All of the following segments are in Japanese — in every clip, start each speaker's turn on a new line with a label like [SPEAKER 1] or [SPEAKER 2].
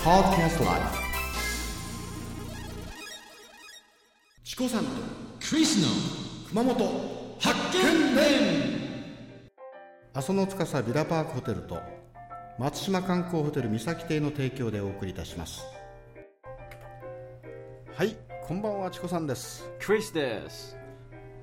[SPEAKER 1] Podcast Live チコさんと
[SPEAKER 2] クリスの
[SPEAKER 1] 熊本
[SPEAKER 2] 発見伝
[SPEAKER 1] 阿蘇の司ビラパークホテルと松島観光ホテル三崎邸の提供でお送りいたしますはいこんばんはチコさんです
[SPEAKER 2] クリスです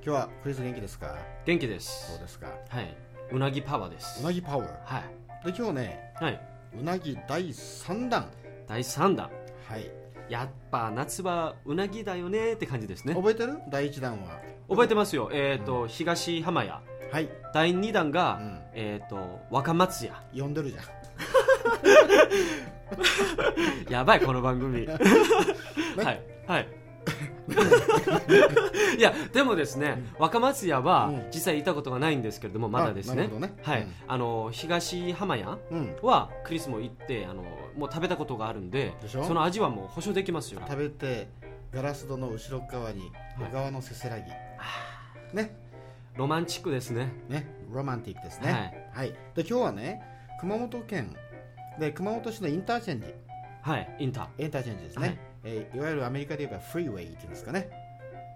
[SPEAKER 1] 今日はクリス元気ですか
[SPEAKER 2] 元気で
[SPEAKER 1] そう
[SPEAKER 2] す
[SPEAKER 1] ですか
[SPEAKER 2] はいうなぎパワーで
[SPEAKER 1] う
[SPEAKER 2] す
[SPEAKER 1] なぎパワ
[SPEAKER 2] はい
[SPEAKER 1] ーで今日ね
[SPEAKER 2] はい、
[SPEAKER 1] うなぎ第3弾
[SPEAKER 2] 第3弾
[SPEAKER 1] はい
[SPEAKER 2] やっぱ夏はうなぎだよねって感じですね
[SPEAKER 1] 覚えてる第1弾は
[SPEAKER 2] 覚えてますよえっ、と、東浜屋
[SPEAKER 1] はい
[SPEAKER 2] 第2弾が、
[SPEAKER 1] うん
[SPEAKER 2] えっ、と若松屋
[SPEAKER 1] 呼んでるじゃん
[SPEAKER 2] やばいこの番 組はいはいいやでもですね、若松屋は
[SPEAKER 1] うん
[SPEAKER 2] 実際行ったことがないんですけれどもまだです
[SPEAKER 1] あな
[SPEAKER 2] ね
[SPEAKER 1] るほどね
[SPEAKER 2] はい、
[SPEAKER 1] うん
[SPEAKER 2] あの東浜屋
[SPEAKER 1] うん
[SPEAKER 2] はクリスも行ってあのもう食べたことがあるんで
[SPEAKER 1] でしょ
[SPEAKER 2] その味はもう保証できますよ
[SPEAKER 1] 食べてガラス戸の後ろ側に
[SPEAKER 2] はい
[SPEAKER 1] 小川のせせらぎ、ね
[SPEAKER 2] ロマンチックですね
[SPEAKER 1] ねロマンティックですねはい、で今日はね熊本県で熊本市のインターチェンジ
[SPEAKER 2] はいインター
[SPEAKER 1] インターチェンジですね、
[SPEAKER 2] はい
[SPEAKER 1] えーいわゆるアメリカで言えばフリーウェイっていうんですかね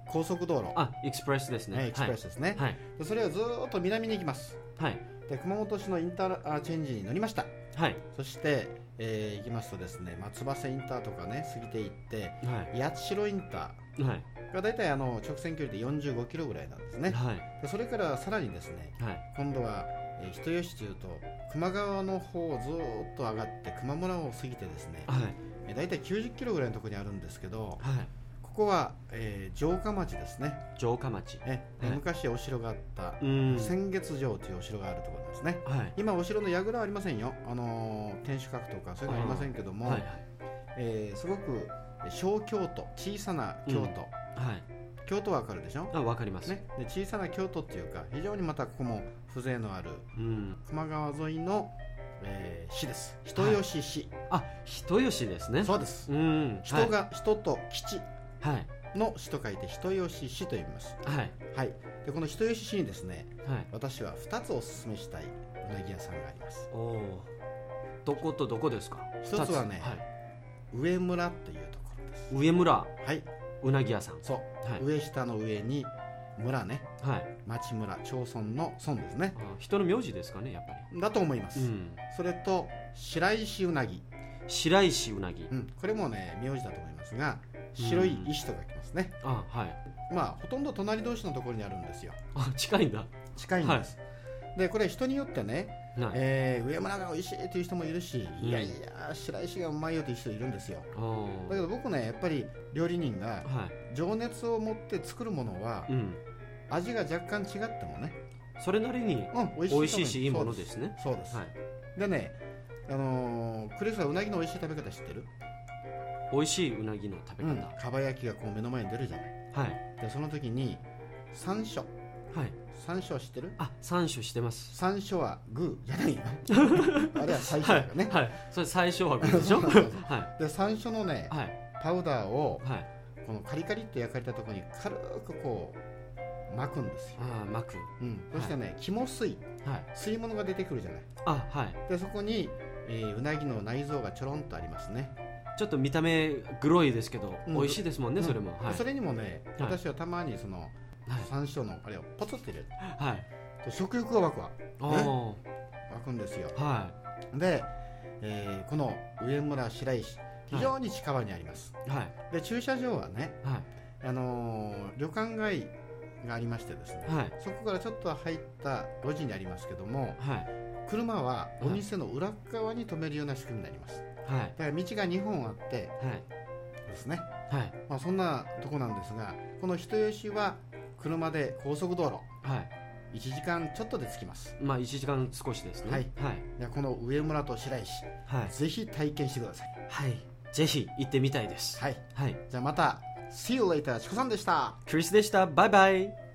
[SPEAKER 1] 高速道路
[SPEAKER 2] あエクスプレスですね
[SPEAKER 1] ねエクスプレスですね、
[SPEAKER 2] はい
[SPEAKER 1] でそれをずーっと南に行きます
[SPEAKER 2] はいはい、
[SPEAKER 1] で熊本市のインターチェンジに乗りました
[SPEAKER 2] はい
[SPEAKER 1] そして、えー行きますとですね松葉線インターとかね過ぎていって
[SPEAKER 2] はい
[SPEAKER 1] 八代インタ
[SPEAKER 2] はい
[SPEAKER 1] ーが大体あの直線距離で45キロぐらいなんですね
[SPEAKER 2] はい
[SPEAKER 1] でそれからさらにですね
[SPEAKER 2] はい
[SPEAKER 1] 今度は、えー人吉というと球磨川の方をずーっと上がって球磨村を過ぎてですね、
[SPEAKER 2] はい
[SPEAKER 1] えー、大体90キロぐらいのところにあるんですけど
[SPEAKER 2] はい
[SPEAKER 1] ここは、えー城下町ですね
[SPEAKER 2] 城下町
[SPEAKER 1] えで
[SPEAKER 2] はい
[SPEAKER 1] 昔お城があった
[SPEAKER 2] うん
[SPEAKER 1] 千月城というお城があるところなんですね
[SPEAKER 2] はい
[SPEAKER 1] 今お城の櫓はありませんよ、あのー天守閣とかそういうのありませんけども、
[SPEAKER 2] はい
[SPEAKER 1] えーすごく小京都小さな京都、
[SPEAKER 2] はいはい
[SPEAKER 1] 京都はわかるでしょ、
[SPEAKER 2] あわかります
[SPEAKER 1] ね、で小さな京都っていうか非常にまたここも風情のある
[SPEAKER 2] うん
[SPEAKER 1] 球磨川沿いの、えー市です人吉市、
[SPEAKER 2] あ人吉ですね
[SPEAKER 1] そうです、
[SPEAKER 2] うん
[SPEAKER 1] 人が、人と吉
[SPEAKER 2] はい
[SPEAKER 1] の市と書いて人吉市と言います
[SPEAKER 2] はい
[SPEAKER 1] はいでこの人吉市にですね
[SPEAKER 2] はい
[SPEAKER 1] 私は2つおすすめしたいうなぎ屋さんがあります
[SPEAKER 2] おおどことどこですか
[SPEAKER 1] 一つはね
[SPEAKER 2] はい
[SPEAKER 1] 上村というところです
[SPEAKER 2] 上村
[SPEAKER 1] はいう
[SPEAKER 2] なぎ屋さん
[SPEAKER 1] そう、
[SPEAKER 2] はい
[SPEAKER 1] 上下の上に村ね
[SPEAKER 2] はい
[SPEAKER 1] 町村町村の村ですね
[SPEAKER 2] あ人の名字ですかねやっぱ
[SPEAKER 1] だと思います、
[SPEAKER 2] りうん
[SPEAKER 1] それと白石うなぎ、
[SPEAKER 2] 白石うなぎ
[SPEAKER 1] うん、これもね名字だと思いますが白い石と書きますね、
[SPEAKER 2] あはい
[SPEAKER 1] まあほとんど隣同士のところにあるんですよ
[SPEAKER 2] あ近いんだ
[SPEAKER 1] 近いんです、でこれ人によってね、
[SPEAKER 2] ない
[SPEAKER 1] えー上村が美味しいっていう人もいるし、
[SPEAKER 2] うん
[SPEAKER 1] いやいや白石がうまいよっていう人いるんですよ
[SPEAKER 2] あー
[SPEAKER 1] だけど僕ねやっぱり料理人が
[SPEAKER 2] は
[SPEAKER 1] 情熱を持って作るものはい
[SPEAKER 2] うん
[SPEAKER 1] 味が若干違ってもね、
[SPEAKER 2] それなり
[SPEAKER 1] うん、
[SPEAKER 2] に
[SPEAKER 1] 美味しいと
[SPEAKER 2] 美
[SPEAKER 1] 思う
[SPEAKER 2] 味しいしいいものですね
[SPEAKER 1] そうです、
[SPEAKER 2] はい
[SPEAKER 1] でね、あのークリスはうなぎの美味しい食べ方知ってる、
[SPEAKER 2] 美味しいうなぎの食べ方
[SPEAKER 1] かば焼きがこう目の前に出るじゃない
[SPEAKER 2] はい
[SPEAKER 1] でその時に山椒
[SPEAKER 2] はい
[SPEAKER 1] 山椒知ってる
[SPEAKER 2] あ三種してます
[SPEAKER 1] 山椒はグーじゃないよ あれは最初だ
[SPEAKER 2] はい
[SPEAKER 1] からね、
[SPEAKER 2] はいそれ最初はこれでしょ
[SPEAKER 1] そう
[SPEAKER 2] は
[SPEAKER 1] そうそう
[SPEAKER 2] い
[SPEAKER 1] で山椒のね
[SPEAKER 2] はい
[SPEAKER 1] パウダーを
[SPEAKER 2] はい
[SPEAKER 1] このカリカリって焼かれたところに軽くこう巻くんですよ、
[SPEAKER 2] ああ巻く
[SPEAKER 1] うん、そしてね肝水
[SPEAKER 2] はい
[SPEAKER 1] 吸い物が出てくるじゃない
[SPEAKER 2] あはい
[SPEAKER 1] でそこに、えーうなぎの内臓がちょろんとありますね
[SPEAKER 2] ちょっと見た目グロいですけど
[SPEAKER 1] うん
[SPEAKER 2] 美味しいですもんね
[SPEAKER 1] うん
[SPEAKER 2] それもはい
[SPEAKER 1] それにもね、
[SPEAKER 2] はい
[SPEAKER 1] 私はたまにその
[SPEAKER 2] はい
[SPEAKER 1] 山椒のあれをポツって入れる
[SPEAKER 2] はい
[SPEAKER 1] と食欲が湧くわ
[SPEAKER 2] あー
[SPEAKER 1] 湧くんですよ
[SPEAKER 2] は
[SPEAKER 1] で、えーこの上村白石非常に近場にあります、
[SPEAKER 2] いはい
[SPEAKER 1] で駐車場はね、
[SPEAKER 2] は
[SPEAKER 1] あのー旅館街がありましてですね
[SPEAKER 2] いはい
[SPEAKER 1] そこからちょっと入った路地にありますけども
[SPEAKER 2] はい
[SPEAKER 1] 車はお店の裏側に止めるような仕組みになります
[SPEAKER 2] はい
[SPEAKER 1] だから道が2本あって
[SPEAKER 2] はい
[SPEAKER 1] ですね、
[SPEAKER 2] はい
[SPEAKER 1] まあ、そんなとこなんですがこの人吉は車で高速道路
[SPEAKER 2] はい
[SPEAKER 1] 1時間ちょっとで着きます
[SPEAKER 2] まあ1時間少しですね
[SPEAKER 1] はい
[SPEAKER 2] はい
[SPEAKER 1] でこの上村と白石
[SPEAKER 2] はい
[SPEAKER 1] ぜひ体験してください
[SPEAKER 2] はいぜひ行ってみたいです
[SPEAKER 1] はい
[SPEAKER 2] はい
[SPEAKER 1] じゃあまた See you later チコさんでした
[SPEAKER 2] クリスでしたバイバイ